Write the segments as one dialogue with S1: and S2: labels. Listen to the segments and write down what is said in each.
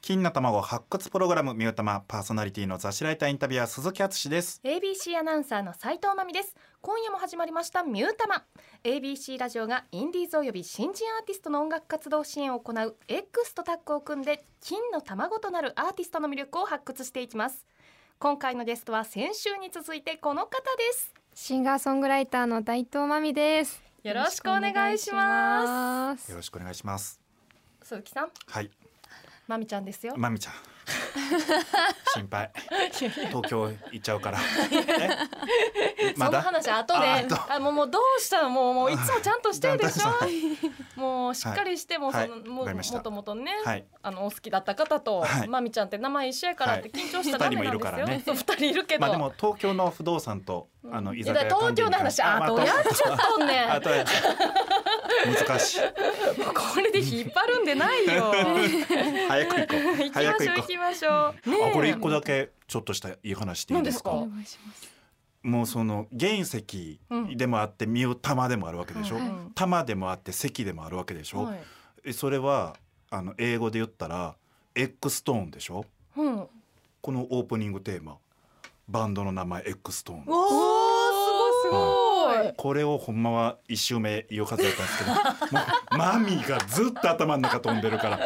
S1: 金の卵発掘プログラムミュータマパーソナリティの雑誌ライターインタビュアー鈴木敦です
S2: ABC アナウンサーの斉藤真美です今夜も始まりましたミュータマ ABC ラジオがインディーズおよび新人アーティストの音楽活動支援を行う X とタッグを組んで金の卵となるアーティストの魅力を発掘していきます今回のゲストは先週に続いてこの方です
S3: シンガーソングライターの大東真美です。
S2: よろしくお願いします
S3: す
S1: よろしくお願いします
S2: 鈴木さん
S1: はい
S2: 真美ちゃんですよ
S1: まみ ちゃん心配東京行っちゃう からえ
S2: その話後で
S1: あ
S2: あ
S1: あと
S2: もうもうどうしたのもうもういつもちゃんとしてるでし
S1: だんだん
S2: ょもうしっかりしてもうそ
S1: はい
S2: の
S1: はい
S2: も
S1: わ
S2: う
S1: かりました
S2: もともとね
S1: はい
S2: あのお好きだった方と
S1: はい
S2: まみちゃんって名前一緒やからって緊張したらダメなんですよ
S1: はい二人もいるからね
S2: そう二人いるけど
S1: まあでも東京の不動産とあの居
S2: い
S1: 酒
S2: や
S1: 屋
S2: だから東京の話あ
S1: ま
S2: どうやっちゃっとんねん
S1: あとは難しい
S2: これで引っ張るんでない よ
S1: 早く行こう
S2: 行き
S1: 早
S2: ま
S1: く
S2: し
S1: 行
S2: ょう行
S1: こ
S2: きましょうね
S1: う
S2: え
S1: あこれ一個だけちょっとしたいい話していいですか
S2: 何
S3: お
S2: で
S3: 願いします。
S1: もうその原石でもあって身を玉でもあるわけでしょ、
S2: うん
S3: は
S1: 玉でもあって石でもあるわけでしょ、
S2: はい
S1: えそれはあの英語で言ったらエッグストーンでしょ
S2: うんおー
S1: このオープニングテーマバンドの名前エッグストーン
S2: すごいすごい
S1: これをほんまは一周目言おうかとやったんですけどもうマミがずっと頭の中飛んでるから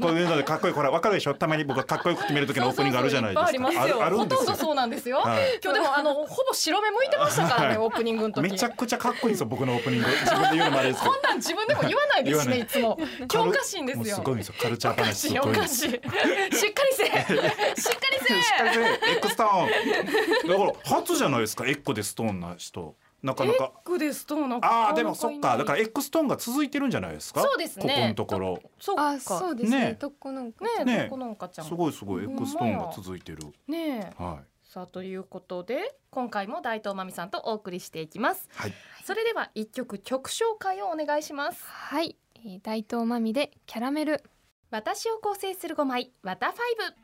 S1: これなのでかっこいいこれわかるでしょたまに僕はかっこよく決める時のオープニングあるじゃないですか
S2: そうそうそういっぱいありますよ
S1: る
S2: ほ
S1: んで
S2: とんど
S1: すよ
S2: そうなんですよ
S1: はい
S2: 今日でもあのほぼ白目向いてましたからね
S1: はい
S2: オープニングの時
S1: めちゃくちゃかっこいいんですよ僕のオープニング自分で言うのもあれですけ
S2: こんなん自分でも言わないですしね
S1: 言
S2: いつも 今日おかしいんで
S1: どもう
S2: すよ
S1: すごいんですよカルチャー
S2: おか
S1: 話
S2: し
S1: す
S2: い
S1: ご
S2: お
S1: いんで
S2: か
S1: す
S2: しいしっか りせしっかりせ
S1: しっかりせえエッグストーンだから初じゃないですかエッグでストーンな人なかなか
S2: エッグでストーンなんか
S1: ああでもそっかだから
S2: ら
S1: エッグストーンが続いてるんじゃないですか
S2: そうですね
S1: ここのところ
S2: そうか
S3: あ、そうですね。
S1: ね
S3: どこの
S2: ねえ
S1: ね
S2: このおかちゃん
S1: すごいすごいエ
S2: ほん
S1: ッ
S2: ま
S1: グ
S2: や
S1: ストーンが続いてる
S2: ねえ
S1: はい
S2: さあということで今回も大東真美さんとお送りしていきます
S1: はい
S2: それでは一曲曲紹介をお願いします
S3: はい、えー大東真美でキャラメル。
S2: 私を構成する5枚「ワタファイブ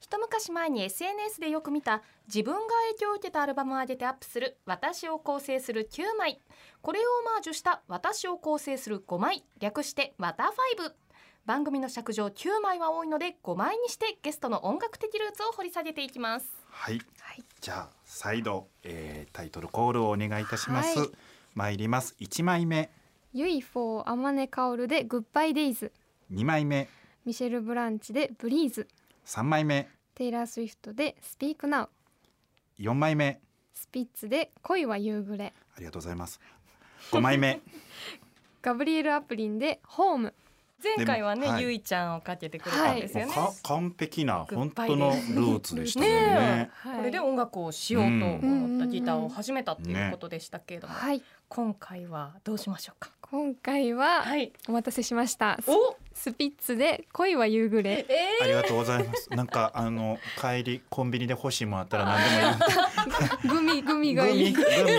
S2: 一昔前に SNS でよく見た自分が影響を受けたアルバムを上げてアップする「私を構成する9枚」これをオマージュした「私を構成する5枚」略して「ワタファイブ番組の尺上9枚は多いので5枚にしてゲストの音楽的ルーツを掘り下げていきます。
S1: はい
S3: はい。
S1: じゃあ再度、えー、タイトルコールをお願いいたします、
S3: はい
S1: 参ります一枚目
S3: ユイフォー天音薫でグッバイデイズ。
S1: 二枚目
S3: ミシェルブランチでブリーズ。
S1: 三枚目
S3: テイラースウィフトでスピークナウ。
S1: 四枚目
S3: スピッツで恋は夕暮れ。
S1: ありがとうございます五枚目
S3: ガブリエルアプリンでホーム。
S2: 前回はね、
S1: でもはい
S2: ゆいちゃんをかけてくれ
S3: は
S2: たん
S3: い
S2: ですよね。
S1: あもうか完璧な
S2: グッ
S1: 本
S2: バイ
S1: 当のル
S2: です
S1: ーツでしたもん
S2: ね
S1: ね
S3: はい
S2: これで音楽をしようと思ったギターを始めたっていうことでしたけれども、
S3: はい。
S2: 今回はどうしましょうか。
S3: 今回は、
S2: い。
S3: お待たせしました。ス
S2: お、
S3: スピッツで恋は夕暮
S2: え
S3: れ。
S2: え
S1: ありがとうございますなんかあの帰りコンビニで欲しいもんあったら何でもいい
S3: グミグミが
S1: グ
S3: い
S1: ミ
S3: い。
S1: グミ可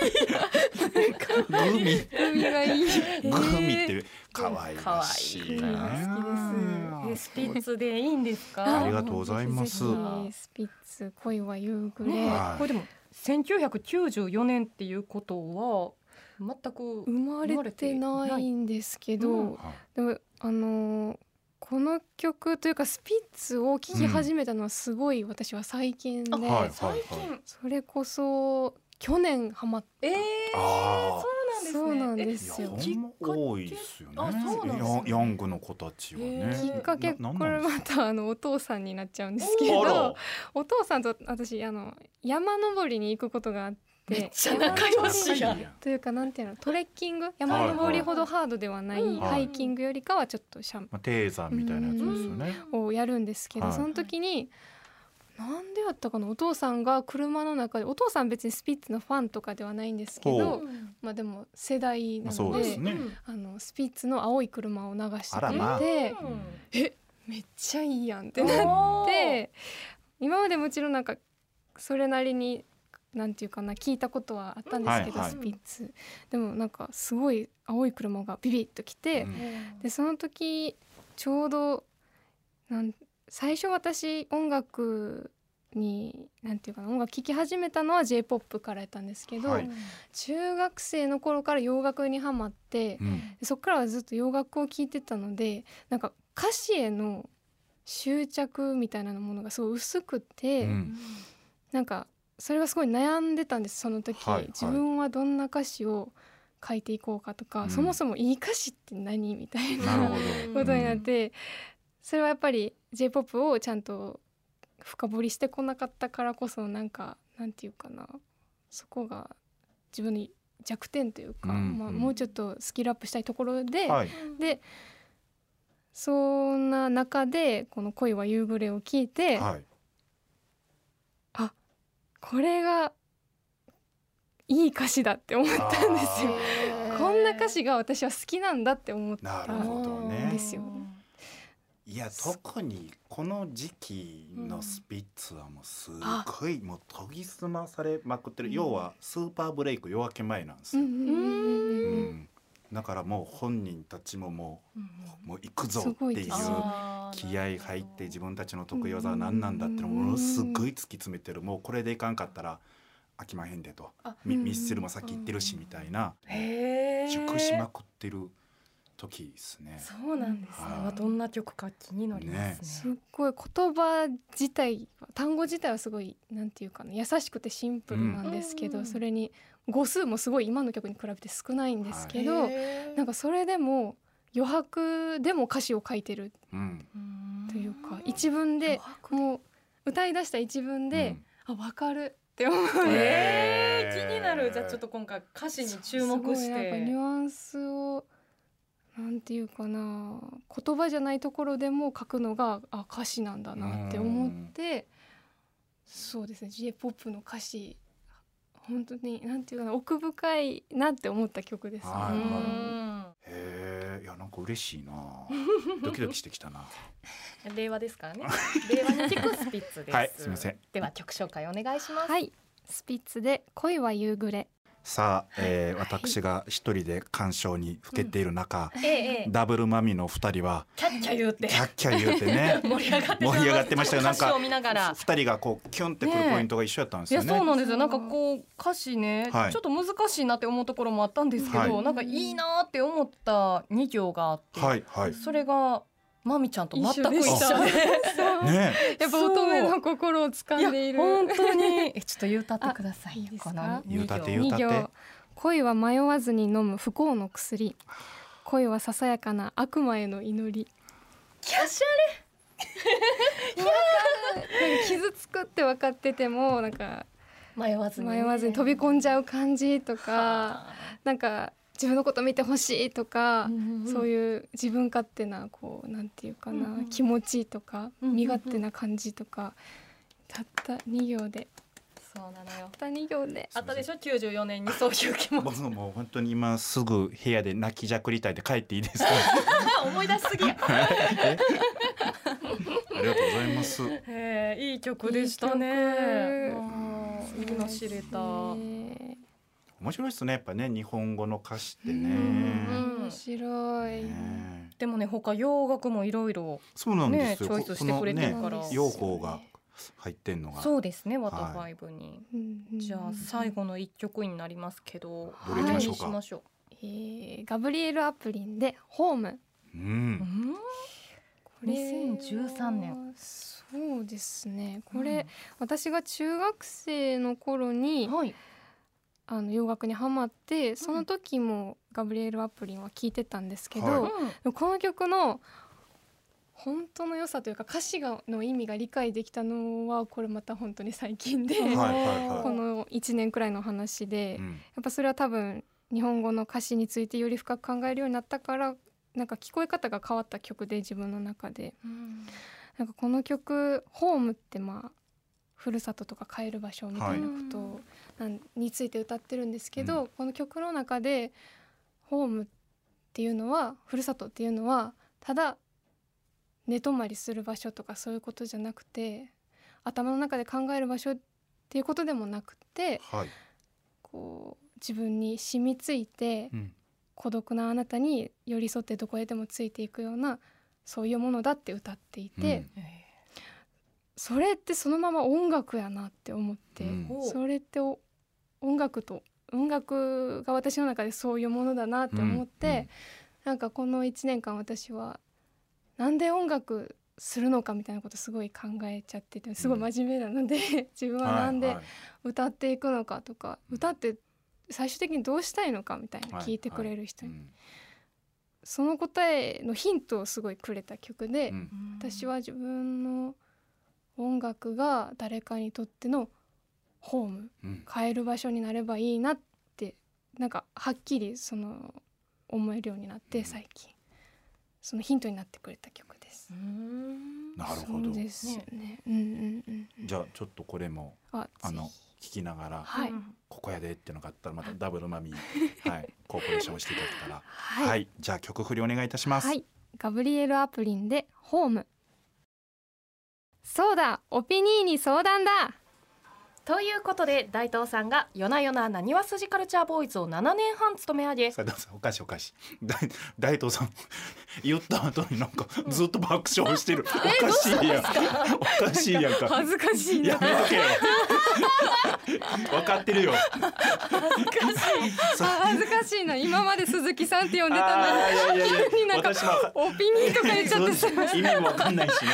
S1: 愛いグミ
S3: グミがいい。
S1: グミって可愛らしい
S3: 可愛い
S1: な
S2: えスピッツでいいんです
S1: ありが
S2: か。
S1: とうございます
S3: ぜひスピッツ恋は夕暮れ。
S1: はい
S2: これでも1994年っていうことは全く
S3: 生まれてないんですけど、
S2: うん
S1: はい
S3: でもあのーこの曲というかスピッツを聴き始めたのはすごい私は最近で、
S2: あ
S1: はいはい
S2: 最近。
S3: それこそ去年ハマっ
S2: ええ
S1: あ
S2: そうなんですね。
S3: そうなんで
S1: いや
S3: すよ
S1: ほんま多いですよね。
S2: あそうなんですね
S1: ヤンヤングの子たちはね。
S2: へー
S3: きっかけ
S1: ななん
S3: これ
S1: なんで
S3: ますたあのお父さんになっちゃうんです
S1: か
S3: け
S1: あら
S3: どお父さんと私あの山登りに行くことがあって
S2: めっちゃ仲良しやん。
S3: というかなんていうのトレッキング
S1: は
S3: 山
S1: いはい
S3: 登りほどハードではない、
S2: うん
S3: ハイキングよりかはちょっとシャン
S1: まあ、低山みたいなやつですよね。
S3: をやるんですけど、
S1: はい
S3: その時に、なんでやったかなお父さんが車の中でお父さん別にスピッツのファンとかではないんですけ
S1: ほ
S3: どまあでも世代なの
S1: まあそうで
S3: です
S1: ね
S3: あのスピッツの青い車を流して
S1: あらまあ
S3: くれて、めっちゃいいやんってなって今までもちろんなんかそれなりになんていうかな聞いたことはあったんですけ
S1: は
S3: ど、
S1: いはい
S3: スピッツでもなんかすごい青い車がビビッときて、
S1: うん
S3: でその時ちょうどなん最初私音楽になんていうかな音楽聴き始めたのは j p o p からやったんですけど、
S1: はい
S3: 中学生の頃から洋楽にハマって
S1: うん
S3: そっからはずっと洋楽を聴いてたのでなんか歌詞への執着みたいなものがすごい薄くて、
S1: うん
S3: なんかそれがすごい悩んでたんですその時、
S1: はいはい
S3: 自分はどんな歌詞を書いていこうかとか、
S1: うん
S3: そもそもいい歌詞って何みたい
S1: なるほ
S3: な
S1: ど
S3: ことになって、それはやっぱり j p o p をちゃんと深掘りしてこなかったからこそなんかなんていうかなそこが自分の弱点というか、
S1: うん
S3: まあ、
S1: うん
S3: もうちょっとスキルアップしたいところで、
S1: はい
S3: でそんな中でこの「恋は夕暮れ」を聞いて、
S1: はい
S3: これがいい歌詞だって思っ
S1: あ
S3: たんですよ。
S1: ー
S3: こんな歌詞が私は好きなんだって思っ
S1: な
S3: た。
S1: るほど
S3: ん
S1: ね
S3: ですよ
S1: いや特にこの時期のスピッツはもうすごいもう研ぎ澄まされまくってる、
S2: うん
S1: 要はスーパーブレイク夜明け前なんです
S3: う
S1: よ、
S3: んう
S1: う
S3: んうんうんうん
S1: んだからもう本人たちももうもう行くぞ
S3: すご
S1: っ
S3: い
S1: てい
S3: です
S1: う
S3: ね
S1: 気合入って自分たちの得意技は何なんだってのをものすごい突き詰めてるもうこれでいかんかったら飽きまへんでと
S2: あ
S1: ミ
S3: うん
S1: ミスチルもさっき言ってるしみたいな
S2: へえ
S1: 熟しまくってる時ですね。
S2: そうなんですね
S1: はい
S2: まあどんな曲か気になります
S3: す
S2: ね
S3: っごい言葉自体単語自体はすごいなんていうかな優しくてシンプルなんですけど、
S2: うん
S3: それに語数もすごい今の曲に比べて少ないんですけど、
S2: へー
S3: なんかそれでも余白でも歌詞を書いてる
S1: うん、
S2: うん
S3: というか一文でもう歌い出した一文で、あ分かるって思う
S1: うん
S2: えー気になるじゃあちょっと今回歌詞に注目し
S3: すごいなんかニ
S2: て
S3: ュアンスをなんていうかな言葉じゃないところでも書くのがあ歌詞なんだなって思ってそうですね j p o p の歌詞本当になんていうかな奥深いなって思った曲ですね。
S1: は
S2: う
S1: いはい
S2: ん
S1: へえいやなんか嬉しい なドキドキしてきたな
S2: 令和ですからね令和に聞くスピッツです
S1: はいすいません
S2: では曲紹介お願いします
S3: はい、スピッツで恋は夕暮れ。
S1: さあ、えー、私が一人で鑑賞にふけている中、
S2: ええええ
S1: ダブルマミの二人は
S2: キャッキャ言うて
S1: キャッキャ言うてね
S2: 盛り上がって
S1: 盛り上がってましたよなんか
S2: 歌詞を見ながら
S1: 二人がこうキュンってくるポイントが一緒やったんです
S2: い
S1: よ
S2: や
S1: ね
S2: そうなんですよなんかこう歌詞ね、
S1: はい
S2: ちょっと難しいなって思うところもあったんですけど、
S1: はい
S2: なんかいいなって思った2行があって、
S1: はいはい
S2: それがまみちゃんと全く一
S1: 一
S2: 緒
S1: 緒
S2: で
S3: でそ う
S1: ね
S3: やっぱ乙女の心を
S2: い
S3: 掴
S2: や
S3: んでいる。
S2: 本当にえちょっと言うたってください
S3: あいい
S2: よ
S3: ですか
S2: この二
S1: 言
S2: 行
S1: うたって言う
S3: 二
S1: たって
S3: 行恋は迷わずに飲む不幸の薬恋はささやかな悪魔への祈り
S2: キャシ
S3: なんか傷つくって分かっててもなんか
S2: ャレ迷わずに
S3: 迷わずに飛び込んじゃう感じとか
S2: は
S3: なんか自分のこと見てほしいと
S2: あ
S3: か
S2: う、ん
S3: そういう自分勝手なこうなんていうかな、
S2: うんうん
S3: 気持ちとか、
S2: うんうんうん
S3: 身勝手な感じとかたった2行で
S2: そうなのよ
S3: たった2行で
S2: あったでしょ94年にそういう気持ち
S1: 僕もう本当に今すぐ部屋で泣きじゃくりたいで帰っていい ですか
S2: あ思い出しすぎや
S1: えありがとうございます
S2: へえいい曲でしたね
S3: いい曲
S2: あーいいの知れた
S3: ね
S1: 面白いですねやっぱね日本語の歌詞って
S3: う
S1: ね
S3: ん面白い、
S1: ね
S2: でもね他洋楽もいろいろ
S1: そうなんで
S2: ね
S1: す
S2: チ
S1: よ、
S2: ョイ
S1: こ
S2: スしてくれてる
S1: この
S2: か
S1: ね
S2: ら、
S3: この
S1: 用法が入ってんのが
S2: そうですね
S1: は
S2: ワタ
S1: い
S2: ファイブに、
S3: うんうん
S2: じゃあ最後の一曲になりますけど
S1: ど
S3: れいきましょう
S1: か
S2: どれにしょ
S3: えーガブリエル・アプリンで「ホーム
S1: う、
S2: うんん」
S3: これは
S2: 2013年
S3: そうですねこれ、、私が中学生の頃
S2: う
S3: に、
S2: んはい
S3: あの洋楽にハマってその時もガブリエル・アプリンは聴いてたんですけど、
S1: は
S3: この曲の本当の良さというか歌詞がの意味が理解できたのはこれまた本当に最近
S1: は
S3: で、
S1: いはいはい
S3: この1年くらいの話で、
S1: うん
S3: やっぱそれは多分日本語の歌詞についてより深く考えるようになったからなんか聞こえ方が変わった曲で自分の中で
S2: うん
S3: なんかこの曲「ホーム」ってまあふるさととか帰る場所みたいなことをなんについて歌ってるんですけど、この曲の中で「ホーム」っていうのはふるさとっていうのはただ寝泊まりする場所とかそういうことじゃなくて頭の中で考える場所っていうことでもなくて
S1: はい、
S3: こう自分に染みついて
S1: うん、
S3: 孤独なあなたに寄り添ってどこへでもついていくようなそういうものだって歌っていて、
S1: うん
S3: それってそのまま音楽やなって思って、
S1: うん
S2: お
S3: それってお音楽と音楽が私の中でそういうものだなって思って、なんかこの1年間私はなんで音楽するのかみたいなことすごい考えちゃっててすごい真面目なので、 自分はなんで歌っていくのかとか、
S1: うん
S3: 歌って最終的にどうしたいのかみたいな
S1: はい
S3: 聞いてくれる人
S1: う
S3: に、
S1: ん
S3: その答えのヒントをすごいくれた曲で、
S1: うん
S3: 私は自分の音楽が誰かにとってのホーム
S1: うん
S3: 変える場所になればいいなってなんかはっきりその思えるようになっ
S1: う
S3: て
S1: ん
S3: 最近そのヒントになってくれた曲です。
S2: うん
S1: なるほど
S3: そうですよね。うんうんうんうん。
S1: じゃあちょっとこれも
S3: あ
S1: あ
S3: ぜ
S1: の
S3: ひ
S1: 聞きながら
S3: はい
S1: ここやでってのがあったらまたダブルマミ ーはいコーポレーションしていただけたら
S3: は
S1: はいじゃあ曲振りお願いいたします
S3: はい、ガブリエル・アプリンで「ホーム」そうだオピニーに相談だ
S2: ということで大東さんが夜な夜ななにわ筋カルチャーボーイズを7年半務め上げ
S1: さあどうぞおかしいおかしい大大東さん 言った後になんかずっと爆笑して る、おかしいやんおかしいやんか
S2: ずかし
S1: やめと けよ分かってるよ
S3: 恥ずかしいな今まで鈴木さんって呼んでたの
S1: あー
S3: に
S1: いやいやいや
S3: 急になんか
S1: 私は
S3: オピニーとか言っちゃってすいません
S1: 意味もわかんないしね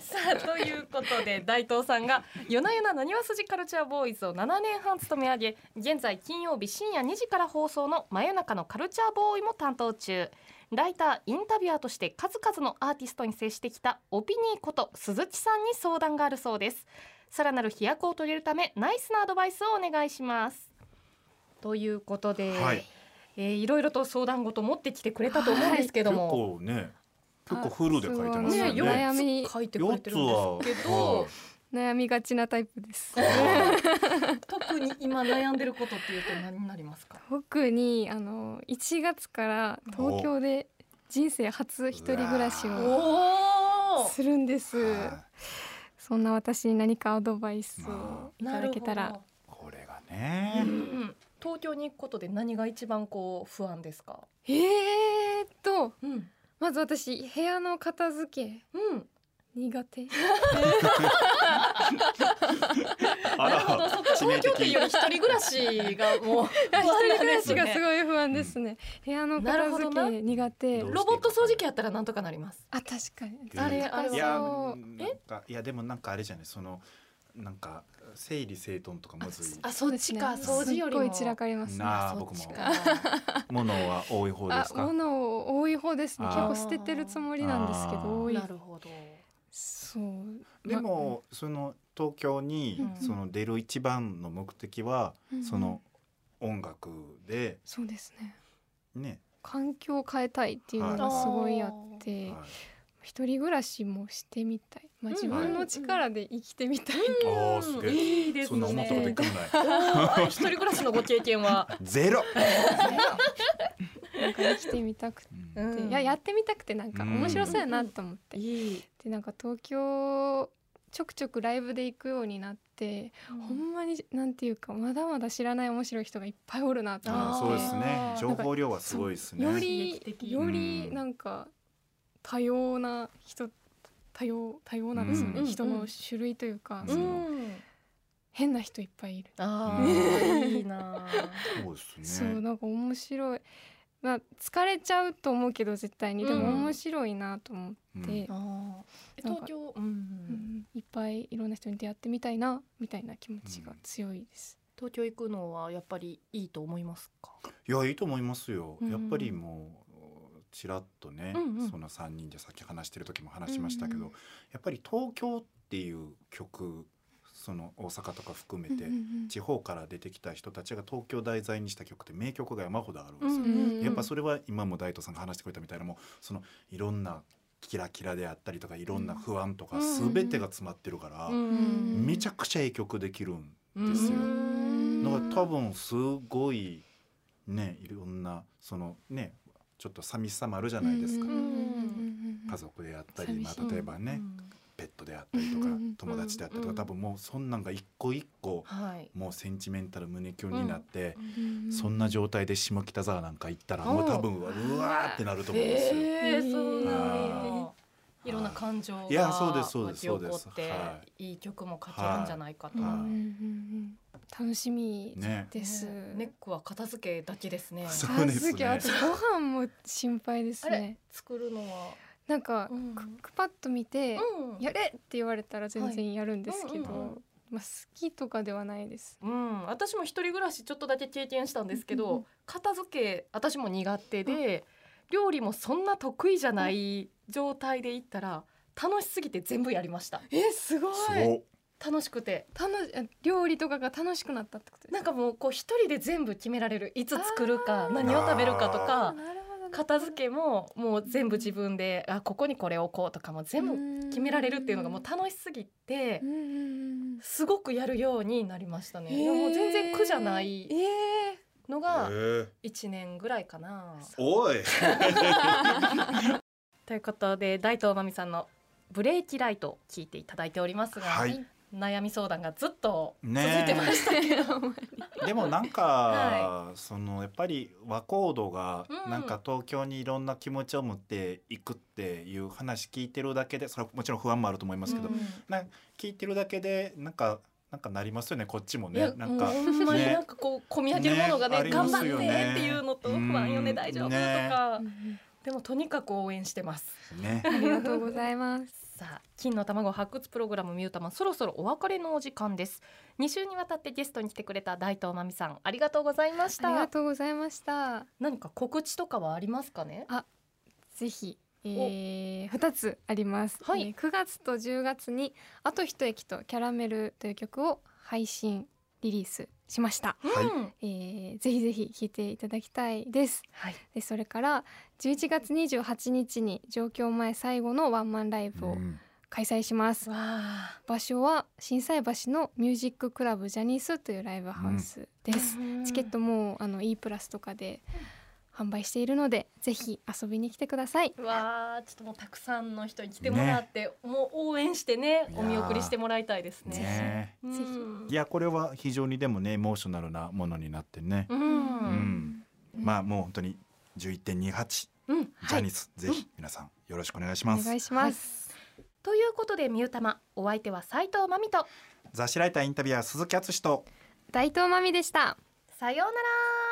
S2: さあということで大東さんが夜な夜ななにわ筋カルチャーボーイズを7年半務め上げ現在金曜日深夜2時から放送の「真夜中のカルチャーボーイ」も担当中ライターインタビュアーとして数々のアーティストに接してきたオピニーこと鈴木さんに相談があるそうですさらなる飛躍を遂げるためナイスなアドバイスをお願いしますということで、
S1: はい
S2: えーいろいろと相談事持ってきてくれたと思うんですけど
S1: 結
S2: も、
S1: 構ね結構フルで書いてますよ
S2: ね、
S1: ね
S3: すごい
S2: 4
S3: ね
S2: つ書いてくれてるんですけど、
S3: 悩みがちなタイプです
S1: 四つははい
S2: 特に今悩んでることっていうと何になりますか。
S3: 特にあの1月から東京で人生初一人暮らし
S1: お
S3: を
S2: おお、
S3: するんです
S1: はい
S3: そんな私に何かアドバイス
S1: ま
S3: をいただけたら。
S1: これが
S2: う
S1: ね
S2: ん、東京に行くことで何が一番こう不安ですか。
S3: えーっと
S2: うん、
S3: まず私部屋の片付け
S2: うん、
S3: 苦手
S1: あ
S2: なるほど、そっか、東京圏より一人暮らしが もう不
S3: 一
S2: 安
S3: 人
S2: なん
S3: 暮
S2: で
S3: ら
S2: すね
S3: しがすごい不安ですね。部屋の片付
S2: なるほど
S3: け苦手
S1: ど。う
S2: ロボット掃除機やったらなんとかなります。
S3: あ確かに。
S1: あれ
S2: あれ
S1: いや
S3: そう
S1: なんかいやでもなんかあれじゃないそのなんか整理整頓とかむずい
S2: あ、そっちか、掃除より
S3: す
S2: も。
S3: っごい散らかりますね。
S1: なあ
S2: そっ
S1: 僕も
S2: ちか
S1: ものは多い方で
S3: あ
S1: すか
S3: 物を多い方ですね。
S1: あ
S3: 結
S1: ー
S3: 構捨ててるつもりなんですけ
S1: あ
S3: ど
S1: ー
S3: 多い
S2: な。るほど。
S3: そう。
S1: でもその東京に
S2: うん
S1: その出る一番の目的は
S3: ま、うん
S1: その。音楽で
S3: そうですね。
S1: ね
S3: 環境を変えたいっていうのがすごいあって、
S1: はい
S3: 一人暮らしもしてみたい。ま
S2: う
S3: あ
S2: ん
S3: 自分の力で生きてみたい。
S1: あーすげえ
S2: いいですね。
S1: そんな思ったこといかん ない
S2: 一人暮らしのご経験 は。
S1: ゼロ
S3: なんか生きてみたくて。
S1: うん
S2: うん
S3: いややってみたくてなんか面白そうやなと思って。
S2: いい。
S3: でなんか東京ちょくちょくライブで行くようになって、ほんまになんていうかまだまだ知らない面白い人がいっぱいおるなと
S1: あーそう
S3: 思
S1: で
S3: っ
S1: す
S3: て、
S1: ね
S2: あー
S1: 情報量はすごいですね
S3: よ
S2: 刺激
S3: り
S2: 的
S3: より
S1: うん
S3: なんか多様な人多様多様なんですよね、
S1: うん
S3: 人の種類というか、
S1: うん
S2: う
S3: その
S2: ん。
S3: 変な人いっぱいいる、
S2: あ
S1: う
S2: あ、いいな。
S1: そうです
S3: そう
S1: ね
S3: なんか面白い、まあ、疲れちゃうと思うけど絶対にでも
S1: うん
S3: 面白いなと思って、
S2: あー
S3: なん
S2: 東
S3: か
S2: 京。うん。
S3: いっぱいいろんな人に出会ってみたいなみたいな気持ちが強いです。
S2: 東京行くのはやっぱりいいと思いますか。
S1: いやいいと思いますよ、
S2: うん
S1: やっぱりもうちらっとね、
S2: うんうん
S1: その3人でさっき話してる時も話しましたけど、
S2: うんうん
S1: やっぱり「東京」っていう曲その大阪とか含めて、
S3: うんうんうん
S1: 地方から出てきた人たちが東京題材にした曲って名曲が山ほどあるんですよ。
S3: んうん
S1: やっぱそれは今も大東さんが話してくれたみたいなもうそのいろんなキラキラであったりとかいろんな不安とか
S3: うん
S1: 全てが詰まってるから、
S3: ん
S1: めちゃくちゃ影曲できるんですよ。
S3: うん
S1: だから多分すごいねいろんなそのねちょっと寂しさもあるじゃないですか、
S3: うんうんうんうん
S1: 家族であったり、
S3: 寂
S1: ま
S3: しい
S1: あ、例えばね、
S2: うん
S1: ペットであったりとか、
S3: うんうん
S1: 友達であったりとか、
S2: うん
S1: 多分もうそんなんが一個一個
S2: はい。
S1: もうセンチメンタル胸キュンになって、
S3: うん
S1: そんな状態で下北沢なんか行ったらもう多分うわうわーってなると思うんですよ。
S2: ええ、
S3: うん
S2: そうなん
S1: は
S2: や。いろんな感情が。
S1: いやそうですそうですそうです
S2: 巻き起こ
S1: は
S2: って、いい曲も書けるんじゃないかと
S3: うんうんう
S1: は。
S3: んうん楽しみ
S1: ね
S3: です。
S2: ねネックは片付けだけですね。
S1: そう
S3: 片
S1: です
S3: 付け
S1: ね
S3: あとご飯も心配です
S2: あれ
S3: ね。
S2: 作るのは
S3: なんか、
S2: うん
S3: クックパッと見て、
S2: うん
S3: やれって言われたら全然やるんですけど、
S2: はいうんうんうん
S3: まあ、好きとかではないです。
S2: うん、私も一人暮らしちょっとだけ経験したんですけ
S3: うんうんう
S2: ど片付け私も苦手で料理もそんな得意じゃない状態で行ったら楽しすぎて全部やりました
S3: えすごい
S1: すごっ
S2: 楽しくて
S3: 楽し料理とかが楽しくなったってことです
S2: なんかもうこう一人で全部決められるいつ作るか
S3: あー
S2: 何を食べるかと
S3: あ
S2: か
S3: なるほど
S2: 片付けももう全部自分であここにこれ置こうとかも全部
S3: 部
S2: 決められるっていうのがもう楽しすぎてすごくやるようになりましたね。いやもう全然苦じゃない
S3: ええ
S2: の
S1: え
S2: が
S1: ー、
S2: 1年ぐらいかな。
S1: おい
S2: ということで大東真美さんの「ブレーキライト」を聞いていただいておりますが、
S1: はい
S2: 悩み相談がずっと続い
S1: ね
S2: てま
S1: え
S2: したけ ど、
S1: でもなんか、
S2: は
S1: そのやっぱり和光堂が
S2: うん
S1: なんか東京にいろんな気持ちを持っていくっていう話聞いてるだけでそれはもちろん不安もあると思いますけど、
S2: うん
S1: 聞いてるだけでなんかなんかなりますよねこっちも
S2: いや
S1: ねなんか
S2: もうほんまに
S1: ね
S2: なんかこう込み上げるものがね
S1: ねあり
S2: 頑
S1: ま
S2: 張
S1: す
S2: ってっ
S1: よ
S2: て
S1: ね
S2: いうのと不安よね
S1: うん
S2: 大丈夫と
S1: ね
S2: か、
S3: ー
S2: でもとにかく応援してます。
S1: ね
S3: ありがとうございます。
S2: さあ金の卵発掘プログラムミュータマンそろそろお別れのお時間です2週にわたってゲストに来てくれた大東真美さんありがとうございまし
S3: ありが
S2: た
S3: とうございました。
S2: 何か告知とかはありますかね
S3: ぜひ、えー、2つあります、
S2: はい
S3: えー9月と10月に「あと一駅」と「キャラメル」という曲を配信リリースしました、
S1: はい
S2: うん
S3: えー、ぜひぜひ聴いていただきたいです
S2: はい、
S3: でそれから11月28日に上京前最後のワンマンライブ
S1: う
S3: を
S1: ん
S3: 開催します、
S2: わあ
S3: 場所は心斎橋のミュージッククラブジャニースというライブハウスです、チケットもあの E プラスとかで販売しているのでぜひ遊びに来てください
S2: わあちょっともうたくさんの人に来てもらって、もう応援してねお見送りしてもらいたいですね。
S1: ね
S2: うん
S3: ぜ
S1: い
S3: ひ
S1: やこれは非常にでもねエモーショナルなものになってね、
S2: うん、
S1: ん
S3: うん
S1: まあもう本当に11.28
S2: うん
S1: ジャ
S2: はい
S1: ニーズ、ぜひ皆さんよろしくお願いし
S3: お
S1: ます。
S3: 願いします、
S2: ということでミュータマお相手は斉藤真美と
S1: 雑誌ライターインタビュアー鈴木敦史と
S3: 大東真美でした
S2: さようなら。